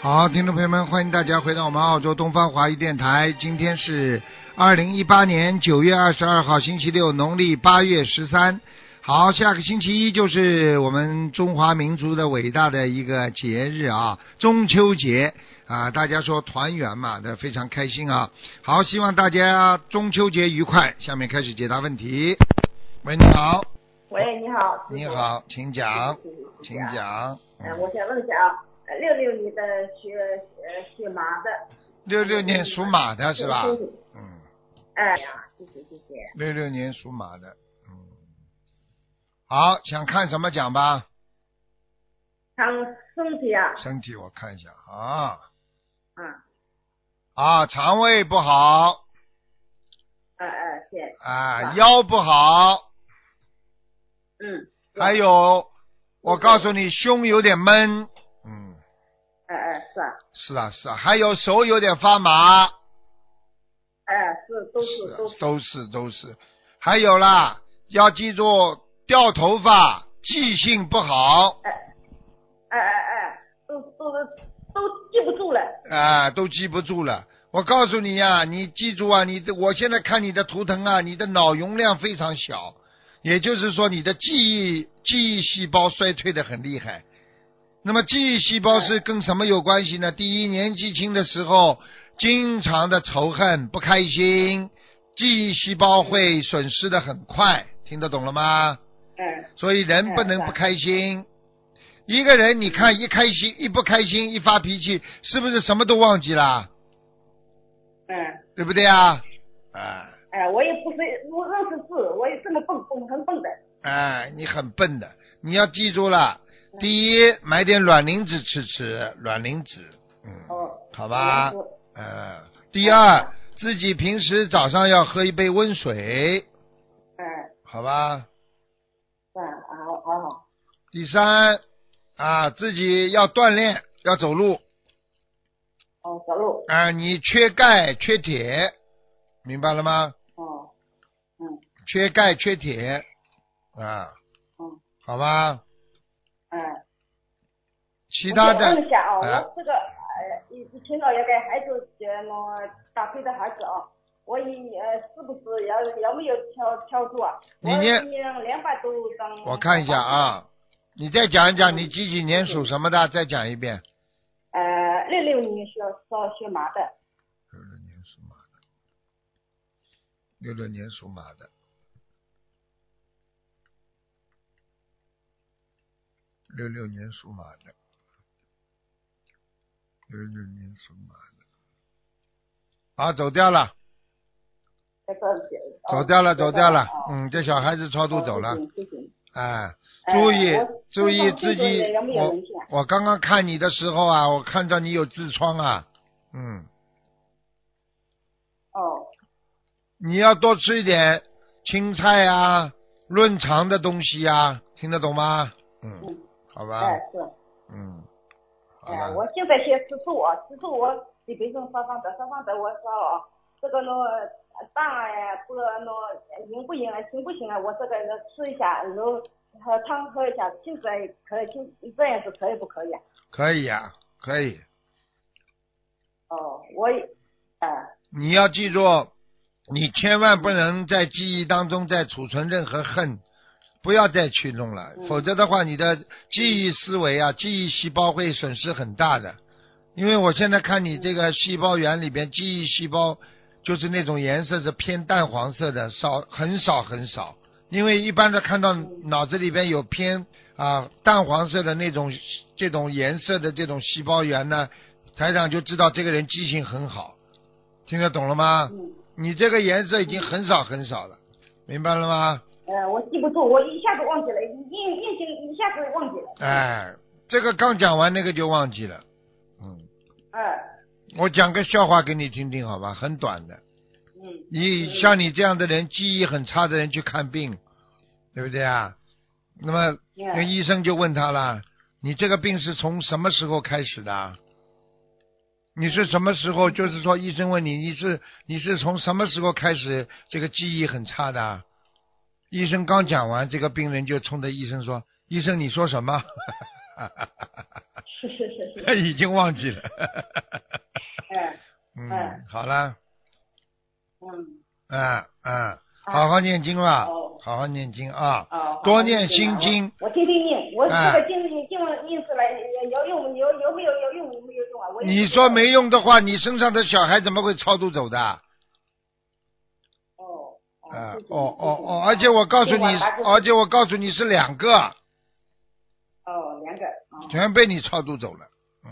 好，听众朋友们，欢迎大家回到我们澳洲东方华语电台。今天是二零一八年九月二十二号，星期六，农历八月十三。好，下个星期一就是我们中华民族的伟大的一个节日啊，中秋节啊，大家说团圆嘛，那非常开心啊。好，希望大家中秋节愉快。下面开始解答问题。喂，你好，喂，你好，师傅你，好，请讲，请讲。讲。嗯呃，我想问一下啊，六六年的学呃学马的，六六年属马的啊是吧？谢谢你嗯，哎呀，谢谢谢谢。六六年属马的，嗯，好，想看什么讲吧？他身体啊，身体我看一下啊嗯，啊，肠胃不好呃呃，谢谢，啊，吧腰不好，嗯，对还有我告诉你，胸有点闷，嗯，呃呃是啊，是啊是啊，还有手有点发麻，哎是都是是啊都是，都是都是，还有啦，要记住掉头发，记性不好。哎哎哎，都都是都记不住了，啊，都记不住了。我告诉你呀、你记住啊，你的我现在看你的图腾啊，你的脑容量非常小，也就是说你的记忆记忆细胞衰退的很厉害。那么记忆细胞是跟什么有关系呢？第一，年纪轻的时候经常的仇恨、不开心，记忆细胞会损失的很快，听得懂了吗？嗯，所以人不能不开心。一个人，你看一开心一不开心一发脾气，是不是什么都忘记啦？嗯，对不对啊？啊哎，我也不是不认识字，我也这么笨笨很笨的，哎，你很笨的，你要记住了。第一，买点卵磷脂吃吃，卵磷脂，嗯，哦，好吧我也不呃。第二，自己平时早上要喝一杯温水，嗯，好吧？是啊，好好好，第三，啊，自己要锻炼，要走路，哦，走路，啊、你缺钙缺铁，明白了吗？哦，嗯缺钙缺铁，啊，嗯好吧。嗯。其他我想问的一下啊，啊我这个呃，以以前老要给孩子呃，么打胎的孩子啊，我以呃是不是要有没有敲敲住啊？你我念一年两百多张。我看一下。啊，你再讲一讲嗯你几几年属什么的，再讲一遍。呃，六六年学烧学麻的，六六年属马的，六六年属马的，六六年属马的，六六年属马的，啊，走掉了。这个哦走掉了，走掉了，哦嗯，这小孩子超度走了哦，谢谢谢谢哎，哎注意我注意身上自这己个有没，有我人性啊我刚刚看你的时候啊，我看到你有痔疮啊，嗯，哦，你要多吃一点青菜啊，润肠的东西啊，听得懂吗？嗯，嗯，好吧哎，是，嗯，好哎，了，我现在先吃素啊，吃素我给别人发放的，发放的我说啊，这个呢蛋呀，不那赢不赢啊，行不行啊？我这个呢吃一下，然后喝汤喝一下，现在可以，就这样子可以不可以啊？可以啊，可以，哦，我也，啊，你要记住，你千万不能在记忆当中再储存任何恨，不要再去弄了，嗯否则的话，你的记忆思维啊，记忆细胞会损失很大的。因为我现在看你这个细胞源里边，记忆细胞就是那种颜色是偏淡黄色的，少很少很少。因为一般的看到脑子里边有偏啊淡黄色的那种这种颜色的这种细胞源呢，台长就知道这个人记性很好，听得懂了吗？嗯，你这个颜色已经很少很少了，明白了吗？呃，我记不住，我一下子忘记了，印印象一下子忘记了，哎，这个刚讲完那个就忘记了。嗯，嗯、我讲个笑话给你听听，好吧？很短的。嗯，你像你这样的人，记忆很差的人去看病，对不对啊？那么那嗯，医生就问他了：“你这个病是从什么时候开始的啊？你是什么时候？就是说，医生问你，你是你是从什么时候开始这个记忆很差的啊？”医生刚讲完，这个病人就冲着医生说：“医生，你说什么？”是是是 是，已经忘记了。哎，嗯哎，好了，嗯，嗯嗯，好好念经吧啊哦，好好念经啊，哦，多好念心。谢谢经啊。我我天天念，我哎这个经经文念出来有有用，有有没有有用有没有用啊？我也你不知说道没？用的话，你身上的小孩怎么会超度走的？啊，哦，哦哦谢谢哦哦，而且你谢谢你我告诉今你，晚拿出去而且我告诉你是两个，哦，两个，哦全被你超度走了。嗯，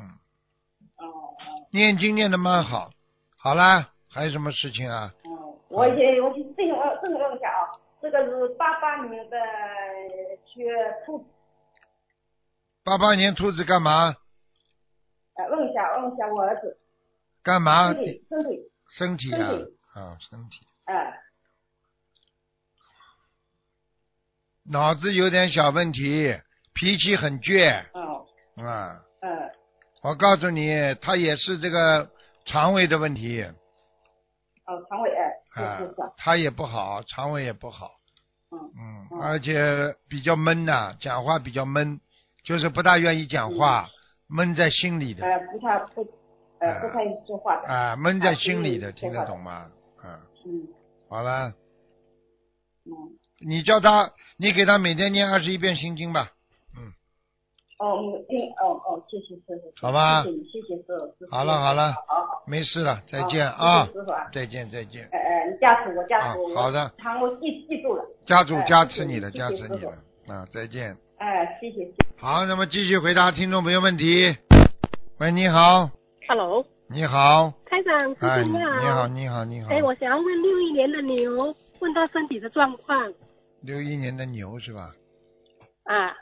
哦哦念经念的蛮好。好啦，还有什么事情啊？哦，我也我去正问正问一下啊，这个是八八年的学兔，八八年兔子干嘛？呃，问一下问一下我儿子干嘛身？体身体，身体啊身体，啊，身体，哎，脑子有点小问题，脾气很倔哦，啊。嗯，我告诉你，他也是这个肠胃的问题哦，肠胃哎，啊是是是，，他也不好，肠胃也不好。嗯，嗯，嗯而且比较闷呐、讲话比较闷，就是不大愿意讲话，嗯闷在心里的呃，不太不，呃，不太说话的，啊，闷在心里的，啊听听得得懂吗？啊，嗯好了，嗯，你叫他，你给他每天念二十一遍心经吧，哦，嗯，对，哦哦，谢谢师傅，好吧谢谢你，谢谢师傅师傅，好了好了好好，没事了，再好见啊谢，谢师傅啊，再见再见，哎哎，你加持我加持啊我，好的，好，我记记住了，家主哎加谢持谢你你了，谢加谢持师你傅了啊，再见。哎，谢谢谢谢。好，那么继续回答听众朋友问题。喂，你好， Hello，你好，台长，师哎，傅你你好。你好，你好，你好啊哎，，我想要问六一年的牛，问他身体的状况六一年的牛是吧？啊。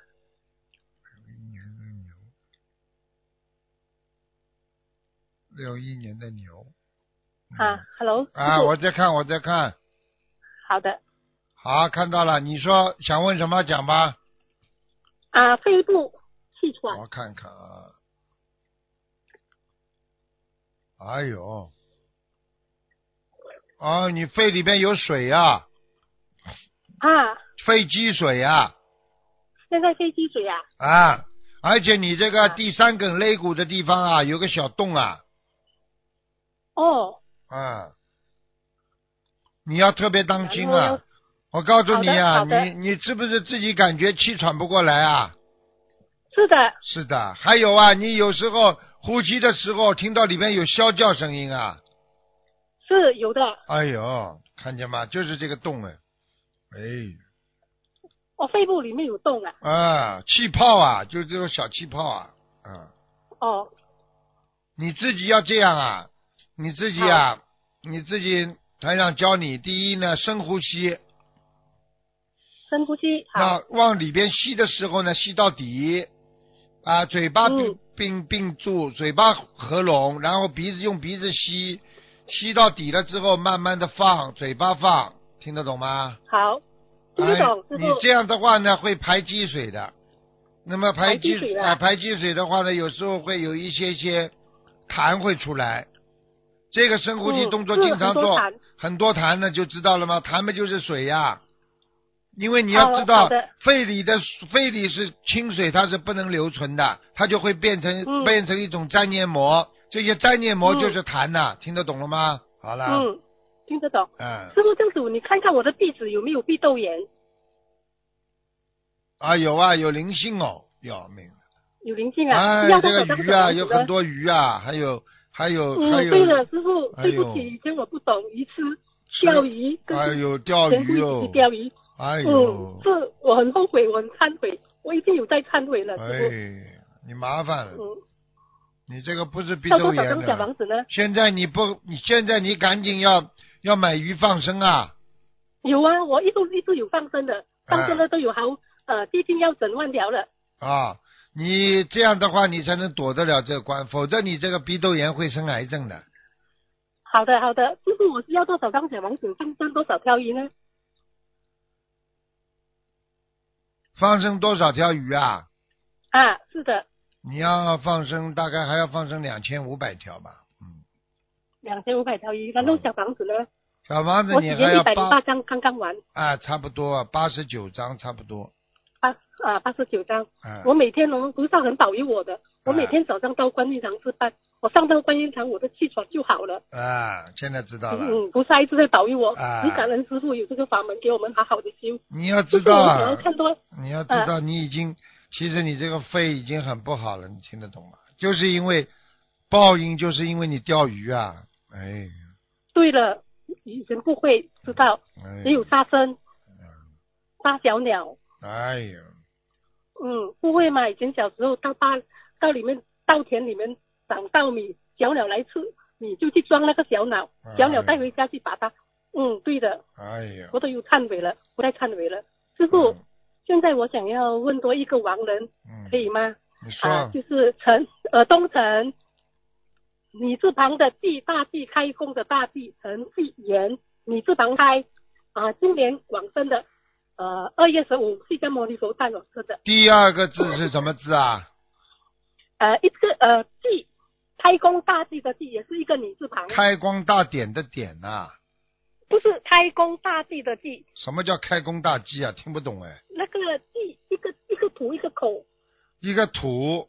六一年的牛。啊，Hello，啊，师傅我在看，我在看。好的好，看到了。你说想问什么讲吧，啊，肺部、气喘我看看啊。哎呦，哦，你肺里边有水啊，啊，肺积水啊，现在肺积水啊，啊，而且你这个啊第三根肋骨的地方啊，有个小洞啊，哦，啊，你要特别当心然后啊要！我告诉你啊，好的好的你你是不是自己感觉气喘不过来啊？是的，是的，还有啊，你有时候呼吸的时候听到里面有啸叫声音啊，是有的，哎呦，看见吗？就是这个洞哎，我、哦肺部里面有洞啊，哎啊，气泡啊，就是这种小气泡啊，啊，哦，你自己要这样啊，你自己啊，你自己台上教你，第一呢，深呼吸，深呼吸，好，那往里边吸的时候呢，吸到底，啊，嘴巴嗯并并并住，嘴巴合拢，然后鼻子用鼻子吸，吸到底了之后，慢慢的放，嘴巴放，听得懂吗？好，听哎得懂，师你傅，这样的话呢，会排积水的。那么排排积积水的啊，排积水的话呢，有时候会有一些些痰会出来。这个深呼吸嗯动作是经常很多做，痰很多痰呢就知道了吗？痰嘛就是水呀、因为你要哦知道好的，肺里的肺里是清水，它是不能留存的，它就会变成、嗯变成一种粘黏膜，这些粘黏膜嗯就是痰呐、听得懂了吗？好了，嗯，听得懂，嗯，师傅正主，你看看我的壁纸有没有壁窦炎，啊有啊有灵性哦，要命！有灵性哎啊，，要这多个少张鱼啊，小房子有呢很多鱼啊，还有还有、还嗯，有，对了，师傅，哎对不呦哎起，以前我不懂鱼吃吃钓鱼，跟还有钓全部鱼一哦起，钓鱼。哎嗯呦，，这我很后悔，我很忏悔，我已经有在忏悔了，师哎，你麻烦了，傅。你这个不是嗯，鼻要多窦少炎张嗯的小房，子呢？现在你不，你现在你赶紧要要买鱼放生啊，有啊，我一直一直有放生的，放生哎的都有好，呃，接近要整万条了。啊，你这样的话你才能躲得了这关，否则你这个鼻窦炎会生癌症的。好的，好的，师傅，我是要多少张小房子，放生多少条鱼呢？放生多少条鱼啊？啊，是的，你要放生，大概还要放生两千五百条吧。嗯，两千五百条鱼，然后小房子呢？小房子我啊你许还愿要一百零八八张，刚刚完。啊，差不多八十九章差不多。八啊八十九张。嗯，我每天哦，菩萨很保佑我啊的，我每天早上到观音堂吃饭，我上到观音堂，我的气喘就好了。啊，现在知道了。嗯，菩萨一直在保佑我，啊很感恩师傅有这个法门给我们好好的修。你要就知是我想要道，啊看嗯多，你要知道，你已经其实你这个肺已经很不好了，你听得懂吗？就是因为报应，就是因为你钓鱼啊，哎，对了，以前不会知道，哎只有呦，杀生、杀小鸟。哎呦，嗯，不会嘛？以前小时候到坝到里面稻田里面长稻米，小鸟来吃，你就去装那个小鸟，小鸟带回家去把它。嗯，对的，哎呦，我都有忏悔了，不再忏悔了。师傅，现在我想要问多一个亡人，嗯，可以吗？你啊，说就是陈呃东陈，米字旁的地，大地开工的大地，陈继言，米字旁开，啊，今年往生的，呃，二月十五释迦牟尼佛诞往生的，第二个字是什么字啊？呃，一个呃地，开工大地的地，也是一个米字旁，开光大典的典呐、不是开工大地的地，什么叫开工大吉啊？听不懂哎。那个地一个一个土一个口一个土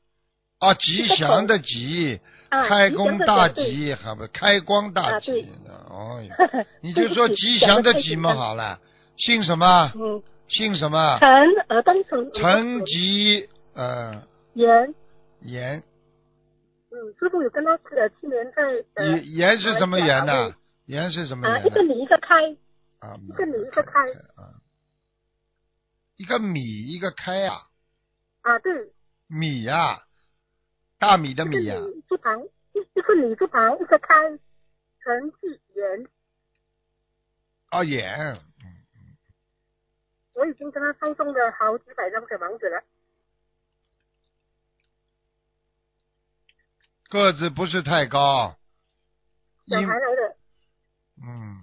啊，吉祥的吉，啊，开工大吉吉，好吧，开光大吉啊呢。哦 哟，祥的吉，你就说吉祥的吉嘛，好了，姓什么？ 嗯，姓什 么？陈呃东陈陈吉，呃，言。言嗯，师傅有跟他呃去年在呃言言是什么言马来西亚呢岛？言是什么啊一言个呢？米一个开，啊，一个米一个开啊，一个米一个开啊，啊对，米呀，大米啊的一个啊米呀，米字旁一一个米字旁一个开，陈继言，啊言，我已经跟他开送了好几百张小房子了，个子不是太高，小因孩来的，嗯。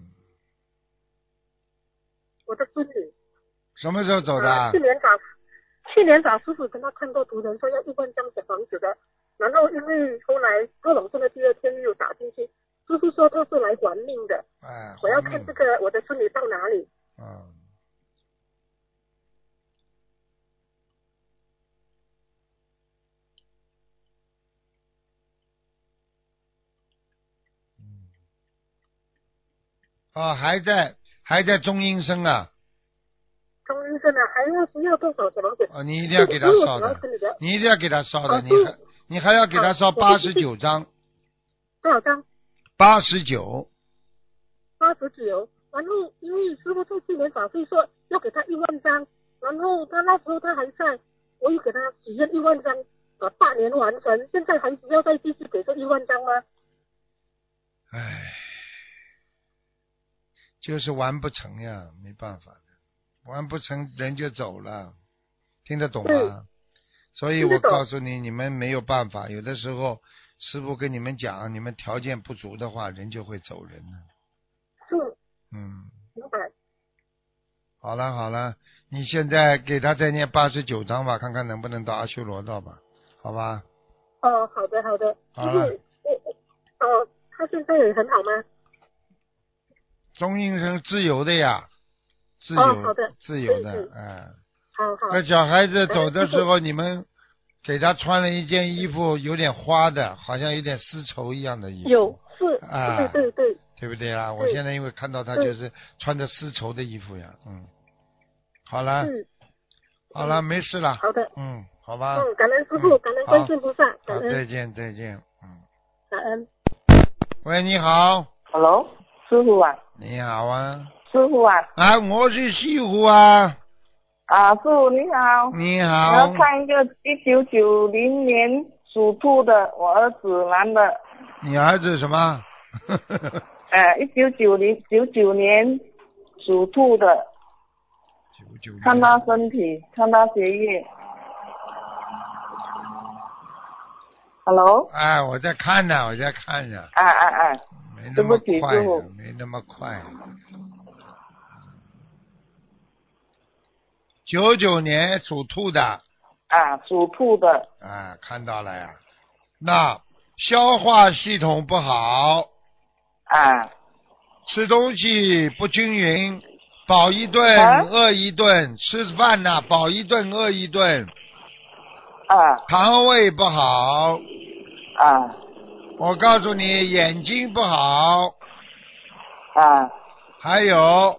我的孙女，什么时候走的啊啊去？年找去年找师傅跟他看过图腾，说要一万张小房子的，然后因为后来过往生的第二天又打进去，师傅说他是来还命的，哎，我要还看没这个我的孙女到哪里，嗯，啊，嗯还在还在中阴身啊！中医生呢还要哎需要多少小房子？啊，你一定要给他烧如果的小房，子里的你一定要给他烧的，啊你对还你还要给他烧啊八我十必须九张，多少张？八十九，八十九。然后因为师傅在去年法会说要给他一万张，然后他那时候他还在，我又给他许愿一万张，啊，半年完成，现在还需要再继续给这一万张吗？唉，哎就是完不成呀，没办法的，完不成人就走了，听得懂吗对？所以听得我懂告诉你，你们没有办法，有的时候师傅跟你们讲，你们条件不足的话，人就会走人的。嗯，嗯，明白。好了好了，你现在给他再念八十九章吧，看看能不能到阿修罗道吧，好吧？哦，好的好的。好了就是我我哦，他现在也很好吗？中阴身自由的呀，自由、哦好的自由的，嗯哎、好好。那小孩子走的时候，你们给他穿了一件衣服，有点花的，好像有点丝绸一样的衣服，有是，啊对对对，对不对啦？我现在因为看到他就是穿着丝绸的衣服呀，嗯，好了，嗯，好了，没事了，好的，嗯，好吧，嗯，感恩师傅，嗯感恩好观世菩萨，感好，再恩见，再见，嗯，感恩。喂，你好， Hello，师傅啊，你好啊，师傅啊，啊，我是西湖啊，啊，师傅你好，你我要嗯好，看一个一九九零年属兔的，我儿子男的，你儿子什么？ 呃，一九九零九九年属兔的，九九年看他身体，看他学业。Hello，哎，我在看呢，我在看呢。啊啊啊，没那么快对不的起师，没那么快的。九九年属兔的啊，属兔的，啊，看到了呀。那消化系统不好，啊吃东西不均匀，饱一顿、啊饿一顿，吃饭呐、饱一顿饿一顿，啊肠胃不好，啊我告诉你，眼睛不好，啊还有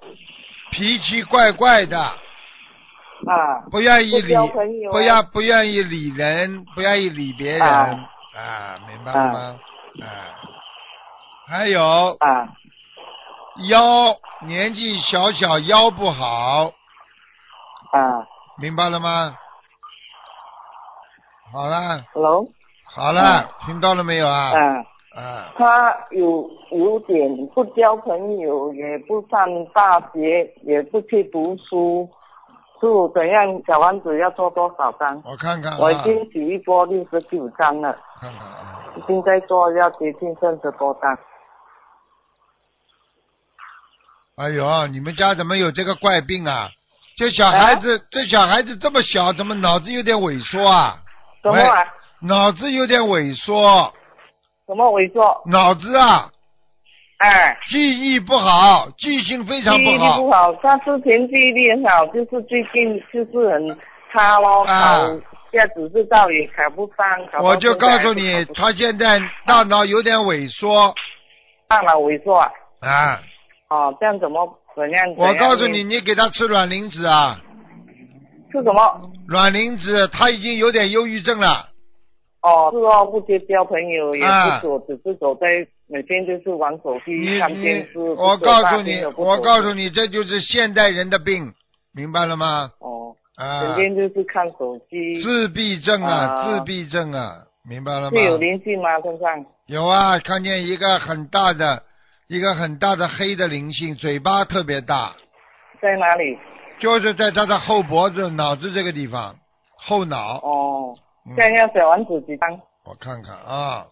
脾气怪怪的，啊不愿意理不交朋友，啊不要不愿意理人，不愿意理别人啊啊明白了吗？啊，还有啊腰，年纪小小腰不好，啊明白了吗？好了， ，hello，好了，啊听到了没有啊？啊，啊，他有有点不交朋友，也不上大学，也不去读书，就怎样？小丸子要做多少张？我看看啊，我已经举一波六十九张了，看看啊，已经在做要接近三十多张。哎呦，你们家怎么有这个怪病啊？这小孩子，啊这小孩子这么小，怎么脑子有点萎缩啊？什么喂啊？脑子有点萎缩，什么萎缩？脑子啊，哎，记忆不好，记性非记常忆力好不好，他之前记忆力很好，就是最近就是很差咯，啊考一下子知道也考不上，考到我就现在告还是诉你考不，上他现在大脑有点萎缩大脑萎缩啊，啊！哦，这样怎么怎样？我怎样告诉你，你给他吃卵磷脂啊，是什么？卵磷脂他已经有点忧郁症了。哦，是哦，不结交朋友，也啊不走，只是走在每天就是玩手你机、看电你视。，我不走告大诉厅你的，不我走告诉你，这就是现代人的病，明白了吗？哦，啊整，天就是看手机，自闭症啊，啊自闭症啊，明白了吗是？有灵性吗？身上？有啊，看见一个很大的，一个很大的黑的灵性，嘴巴特别大，在哪里？就是在他的后脖子、脑子这个地方，后脑。哦，嗯这样要小丸子几张？我看看啊，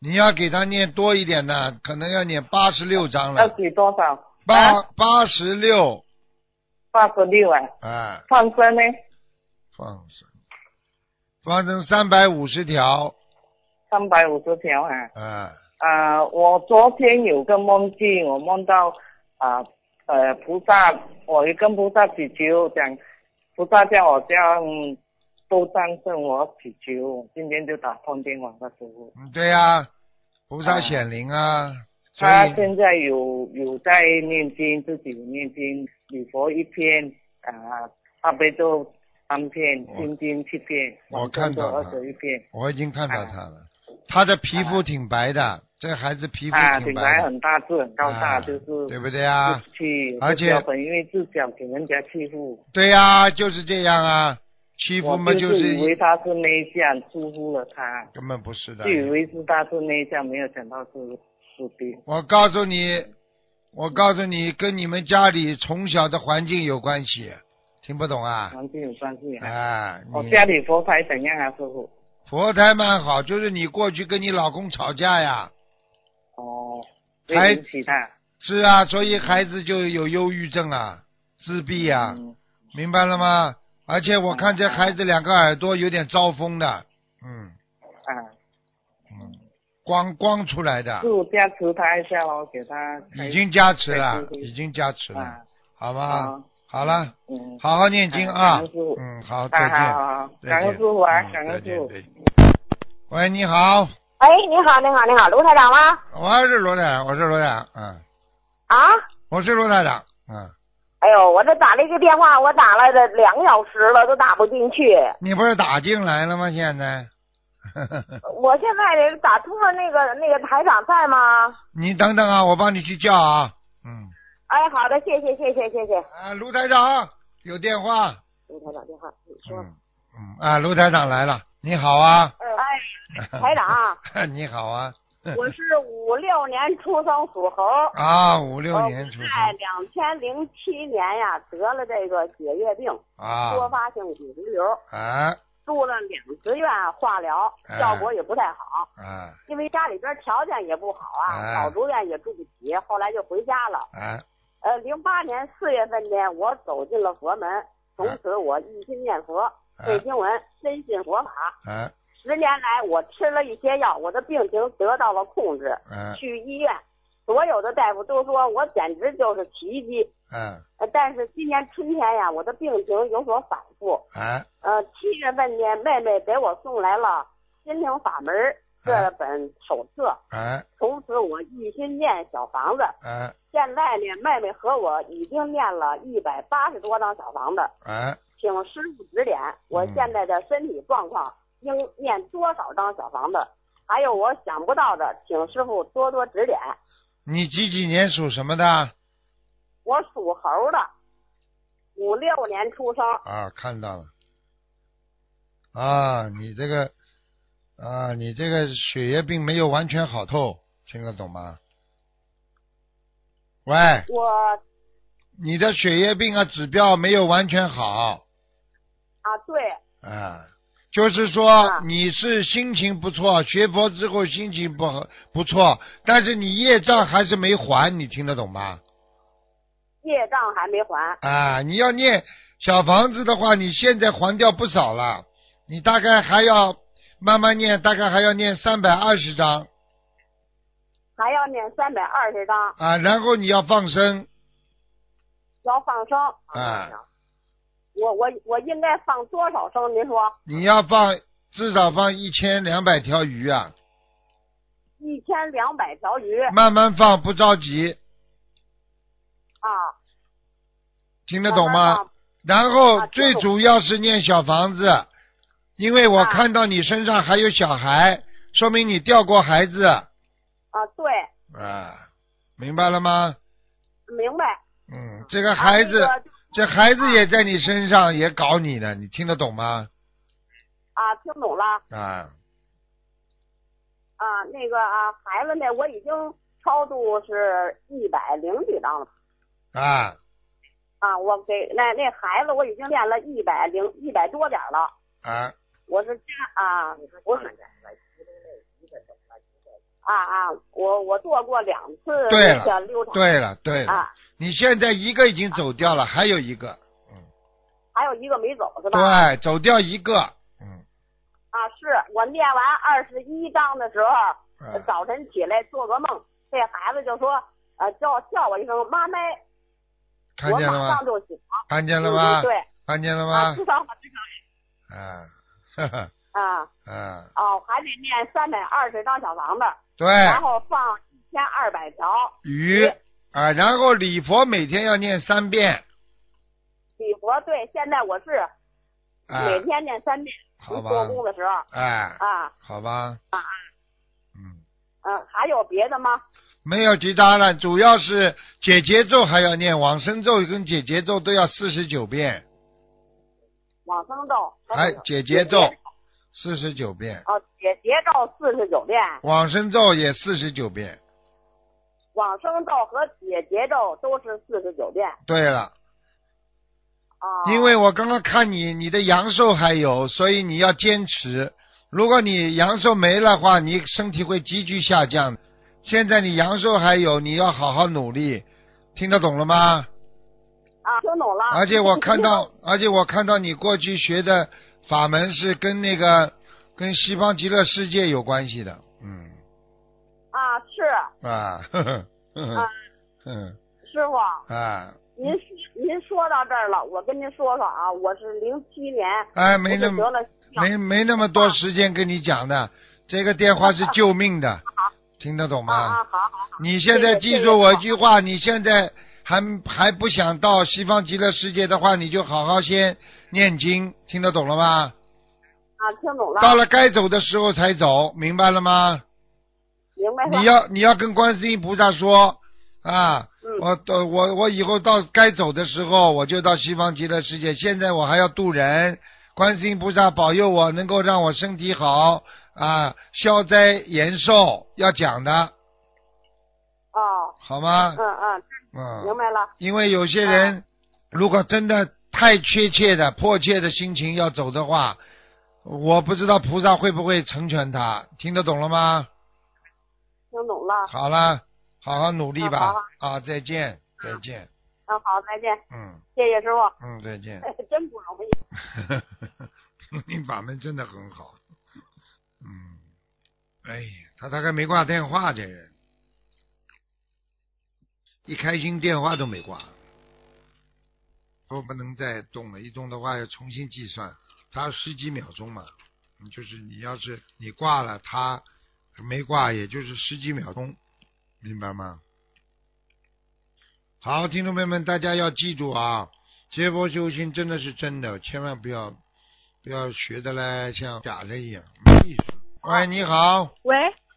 你要给他念多一点呢，可能要念八十六章要了，几多少？八啊八十六，八十六啊，哎，放生呢？放生，放生三百五十条，三百五十条啊。哎，啊、我昨天有个梦境，我梦到啊呃菩萨，我跟菩萨祈求，讲菩萨叫我这样多战胜我祈求，今天就打通电话的时候，嗯，对呀、菩萨啊显灵啊，所他以现在有有在念经，自己有念经，礼佛一篇啊，大悲咒三篇，我心经七篇，我往看生咒到了二十一篇。我已经看到啊他了，他的皮哎肤挺白的，这孩子皮肤啊，挺品白牌的，很大字，很高大，啊就是对不对啊不去而且不标本，因为自小给人家欺负，对呀、就是这样啊，欺负嘛我就是以为他是内向，疏忽了他，根本不是的就，以为是他是内向，没有想到是是的。我告诉你，我告诉你，跟你们家里从小的环境有关系，听不懂啊？环境有关系啊。啊，我你家里佛牌怎样啊，师傅？佛台蛮好，就是你过去跟你老公吵架呀，哦，还会引起他。是啊，所以孩子就有忧郁症啊，自闭啊，嗯嗯明白了吗？而且我看这孩子两个耳朵有点招风的，嗯，啊，光光出来的师，傅加持他一下咯，给他开已经加持开了心，心已经加持了啊，，好好吗？好了，嗯，好好念经啊感恩师父，嗯，好，再啊见，好好，感再恩见师傅啊嗯，感再恩师见傅。再见。喂，你好，哎，你好，你好，你好，卢台长吗？我是罗台长，我是罗台长，嗯，啊？我是罗台长，嗯，哎呦，我这打了一个电话，我打了这两个小时了，都打不进去。你不是打进来了吗？现在， 我现在这打通了，那个那个台长在吗？你等等啊，我帮你去叫啊，嗯，哎，好的，谢谢，谢谢，谢谢。啊，卢台长有电话，卢台长电话，你说。嗯嗯，啊，卢台长来了，你好啊，哎，台长， 你好啊，我是五六年出生属猴， 啊，五六呃年出生在两千零七年呀得了这个血液病，多啊，发性骨质瘤，啊住了两次院化疗，哎效果也不太好。啊因为家里边条件也不好哎啊，老住院也住不起，后来就回家了。啊，呃，零八年四月份呢，我走进了佛门，从此我一心念佛，哎背经文，深信佛法。啊十年来，我吃了一些药，我的病情得到了控制。啊去医院所有的大夫都说我简直就是奇迹。嗯，呃，但是今年春天呀，我的病情有所反复。哎，呃，七月份呢，妹妹给我送来了《心灵法门》这本手册，哎，从此我一心念小房子。哎，现在呢，妹妹和我已经念了一百八十多张小房子，哎，请师傅指点，我现在的身体状况应念多少张小房子？还有我想不到的，请师傅多多指点。你几几年属什么的？我属猴的，五六年出生，啊，看到了。啊，你这个，啊，你这个血液并没有完全好透，听得懂吗？喂，我你的血液病啊指标没有完全好啊对啊，就是说啊你是心情不错，学佛之后心情不好不错，但是你业障还是没还，你听得懂吗？业障还没还，啊，你要念小房子的话，你现在还掉不少了，你大概还要慢慢念，大概还要念三百二十章还要念三百二十张，啊，然后你要放生要放生。啊，我我我应该放多少声？您说你要放至少放一千两百条鱼啊，一千两百条鱼慢慢放，不着急，啊，听听得懂吗？？然后啊听最懂主要是念小房子，因为我啊看到你身上还有小孩，说明你掉过孩子啊，对，啊，明白了吗？明白。嗯，这个孩子。啊这个这孩子也在你身上，也搞你呢，你听得懂吗？啊，听懂了啊，啊，那个啊，孩子呢，我已经超度是一百零几张了啊啊，我给那那孩子我已经练了一百零一百多点儿了，啊！我是家啊，我是啊啊，我我做过两次对那个流产对了对了，啊，你现在一个已经走掉了，还有一个，还有一个没走是吧？对，走掉一个，嗯，啊，是我念完二十一章的时候，啊早晨起来做个梦，这孩子就说呃叫叫我一声妈咪，看我见了马上吗？就醒了，看见了嗯吗？对，看见了啊，吗至？少我知道啊，呵呵，啊 啊，哦，还得念三百二十张小房子，对，然后放一千二百条鱼啊，然后礼佛每天要念三遍礼佛。对，现在我是啊，每天念三遍，好吧做工的时候哎，啊，好吧啊，嗯，嗯、还有别的吗？没有其他了，主要是解节奏还要念，往生咒跟解节奏都要四十九遍，哎往生咒，还解节奏四十九遍，哦，解结咒四十九遍，往生咒也四十九遍。往生咒和解结咒都是四十九遍对了，啊。因为我刚刚看你，你的阳寿还有，所以你要坚持。如果你阳寿没了话，你身体会急剧下降。现在你阳寿还有，你要好好努力，听得懂了吗？啊，听懂了。而且我看到，而且我看到你过去学的法门是跟那个跟西方极乐世界有关系的，嗯啊，是啊， 呵呵呵呵啊嗯师傅，啊，您您说到这儿了，我跟您说说啊，我是零七年哎，没那我就得么了心脏没没那么多时间跟你讲的，这个电话是救命的，听得懂啊吗？啊，好好好，你现在记住我一句话，你现在还还不想到西方极乐世界的话，你就好好先念经，听得懂了吗？啊，听懂了，到了该走的时候才走，明白了吗？明白了。你要你要跟观世音菩萨说啊，嗯我我我我以后到该走的时候，我就到西方极乐世界。现在我还要渡人，观世音菩萨保佑我能够让我身体好啊，消灾延寿，要讲的哦，好吗嗯？嗯，明嗯，白了。因为有些人如果真的太确切的、迫切的心情要走的话，我不知道菩萨会不会成全他，听得懂了吗？听懂了，好了，好好努力吧嗯好好。啊，再见，再见。嗯，好，再见，嗯谢谢师傅，哎嗯，再见。真不容易。 你把门真的很好。嗯，哎呀，他大概没挂电话，这人。一开心电话都没挂，说不能再动了，一动的话要重新计算，它十几秒钟嘛，你就是你要是你挂了，它没挂，也就是十几秒钟，明白吗？好，听众朋友们，大家要记住啊，学佛修心真的是真的，千万不要不要学的嘞像假的一样，没意思。喂，你好，喂，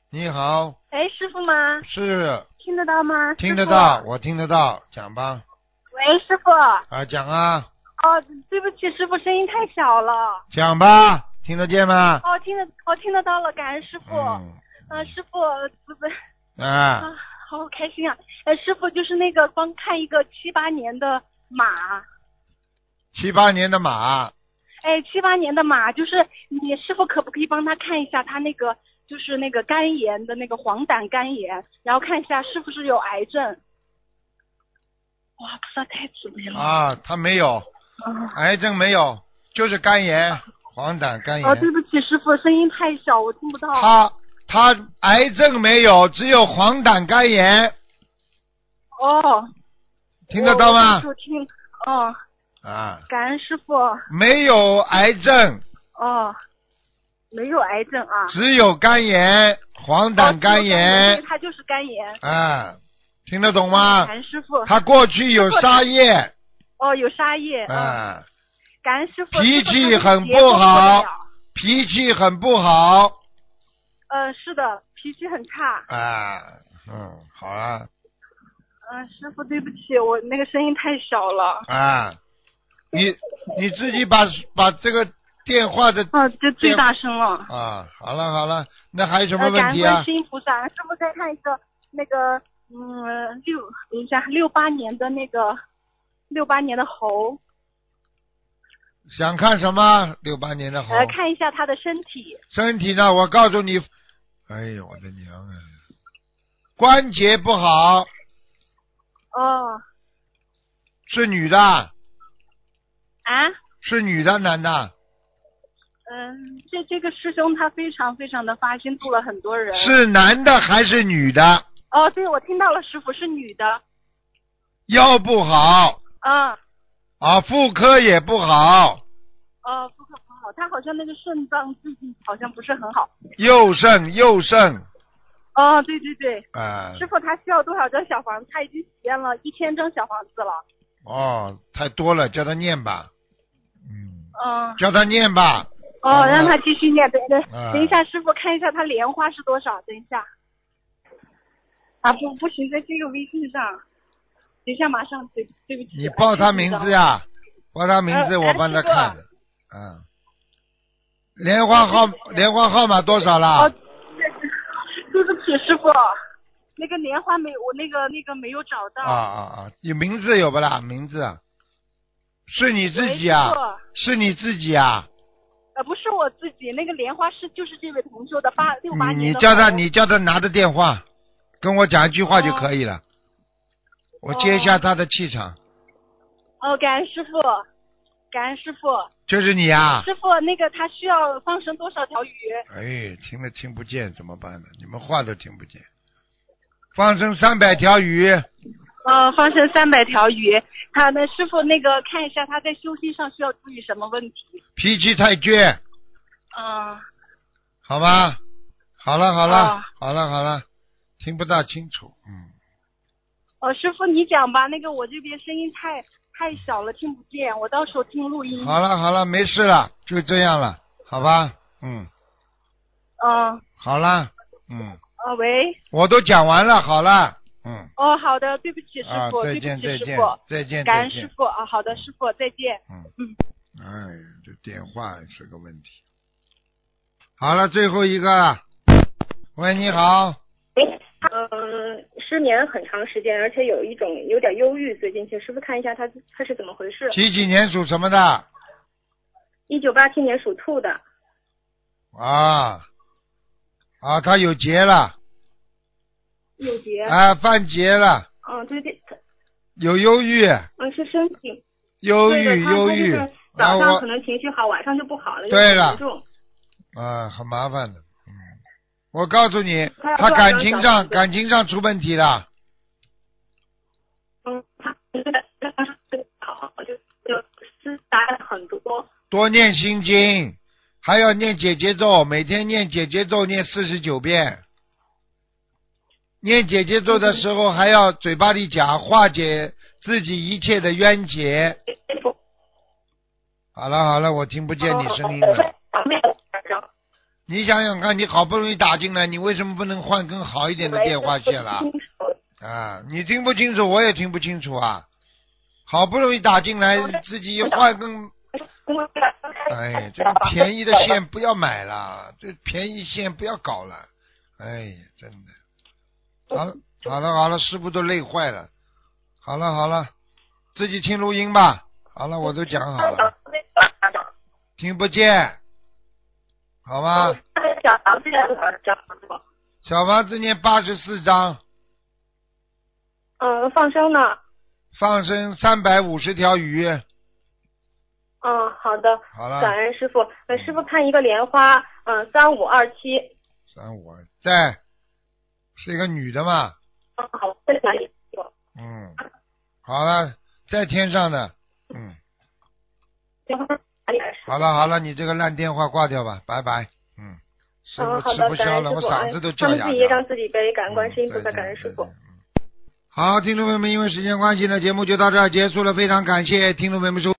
你好，哎，师傅吗？是听得到吗？听得师傅到，。我听得到，讲吧，喂，师傅。啊，讲啊，哦，对不起，师傅声音太小了。讲吧，听得见吗？哦，听得，哦，听得到了，感恩师傅。嗯、嗯，师傅，不不啊啊，好开心啊！呃，师傅就是那个光看一个七八年的马，七八年的马，哎，七八年的马，就是你师傅可不可以帮他看一下他那个就是那个肝炎的那个黄疸肝炎，然后看一下是不是有癌症？哇，菩萨太慈悲了！啊，他没有，癌症没有，就是肝炎，黄疸肝哦，对炎。不起，师傅，声音太小，我听不到。他他癌症没有，只有黄疸肝炎，哦，听得到我吗？就听，哦，啊，感恩师傅，没有癌症，哦，没有癌症啊。只有肝炎，黄疸肝炎，他就是肝炎。啊，听得懂吗感？恩师傅，他过去有沙叶，哦，有沙叶。嗯，啊，感恩师傅。脾师傅气他的很节不奏好不了脾气很不好，呃，是的，脾气很差。啊，嗯，好了，嗯、师傅，对不起，我那个声音太小了。啊，你你自己把把这个电话的嗯、就最大声了。啊，好了好了，那还有什么呃，感问恩题观啊？世音菩萨，师傅再看一个那个，嗯，六，等一下，六八年的那个，六八年的猴，想看什么？六八年的猴，来呃看一下他的身体。身体呢？我告诉你，哎呦我的娘啊，关节不好，哦，是女的，啊，是女的，男的，嗯，这这个师兄他非常非常的发心，度了很多人。。是男的还是女的？哦，对，我听到了，师傅是女的。腰不好嗯，啊，妇科也不好，哦，不可不好，他好像那个肾脏最近好像不是很好。右肾右肾哦，对对对，啊，师傅他需要多少张小房子？他已经许愿了一千张小房子了。哦，太多了，叫他念吧，嗯，嗯，叫他念吧，哦，嗯让他继续念。等等，嗯等一下，师傅看一下他莲花是多少？等一下。啊，不不行，在这个微信上。等一下，马上，对对不起。你报他名啊字呀、报他名字，呃我帮他哎师傅看的。嗯，莲花号呃莲花号码多少啦哦？对不起，师傅，那个莲花没，我那个那个没有找到。啊啊啊！有名字有不啦？名字啊是你自己啊喂师？傅是你自己啊？呃，不是我自己，那个莲花是就是这位同修的八六八你年你的叫他猴你叫他拿着电话，跟我讲一句话就可以了。我接一下他的气场，哦，感恩师傅，感恩师傅，就是你啊！师傅那个他需要放生多少条鱼？哎，听了听不见怎么办呢？你们话都听不见。放生三百条鱼，呃，放生三百条鱼。他的师傅那个看一下他在修心上需要注意什么问题？脾气太倔。嗯、好吧，好了好了、啊好了好了，听不大清楚，嗯，哦，师傅你讲吧，那个我这边声音太太小了，听不见，我到时候听录音。好了好了，没事了，就这样了，好吧，嗯，嗯、好了，嗯，呃，喂，我都讲完了，好了，嗯，哦，好的，对不起师啊傅，，再对不见起再师见傅，再见感再恩师见，傅啊，好的，师傅再见。嗯嗯哎，这电话是个问题。好了，最后一个了，喂，你好，嗯，失眠很长时间，而且有一种有点忧郁，最近请师傅看一下他他是怎么回事。几几年属什么的？一九八七年属兔的，啊，啊，他有结了，有结。啊，犯结了，嗯，对对，他有忧郁。嗯是身体忧对郁的，他忧他就郁是，啊早上我可能情绪好，晚上就不好了，有对点了严重。啊很麻烦的，嗯，我告诉你，他要他多少感张情小上房子感情上出问题了，多念心经，还要念姐姐咒，每天念姐姐咒念四十九遍。念姐姐咒的时候，还要嘴巴里讲化解自己一切的冤结。好了好了，我听不见你声音了。你想想看，你好不容易打进来，你为什么不能换更好一点的电话线啦？啊，你听不清楚，我也听不清楚啊。好不容易打进来，自己换更，哎，这个便宜的线不要买了，这便宜线不要搞了，哎呀，真的。好了，好了，好了，师傅都累坏了。好了，好了，自己听录音吧。好了，我都讲好了，听不见，好吗？小房子念八十四章，嗯，放生呢？放生三百五十条鱼。嗯，好的。好了，感恩师傅。呃，师傅看一个莲花，嗯、三五二七。三五二在，是一个女的嘛？嗯，好，再来一个。嗯，好了，在天上的，嗯，行哪里来师好了好了，你这个烂电话挂掉吧，拜拜，嗯，师嗯，傅好吃的不，感消恩了，师我傅。嗓哎子都他叫们哑自己掉了让。自己背，感恩观世音菩萨，嗯感恩师。对对傅对。嗯好，听众朋友们，因为时间关系呢，节目就到这儿结束了。非常感谢听众朋友们收。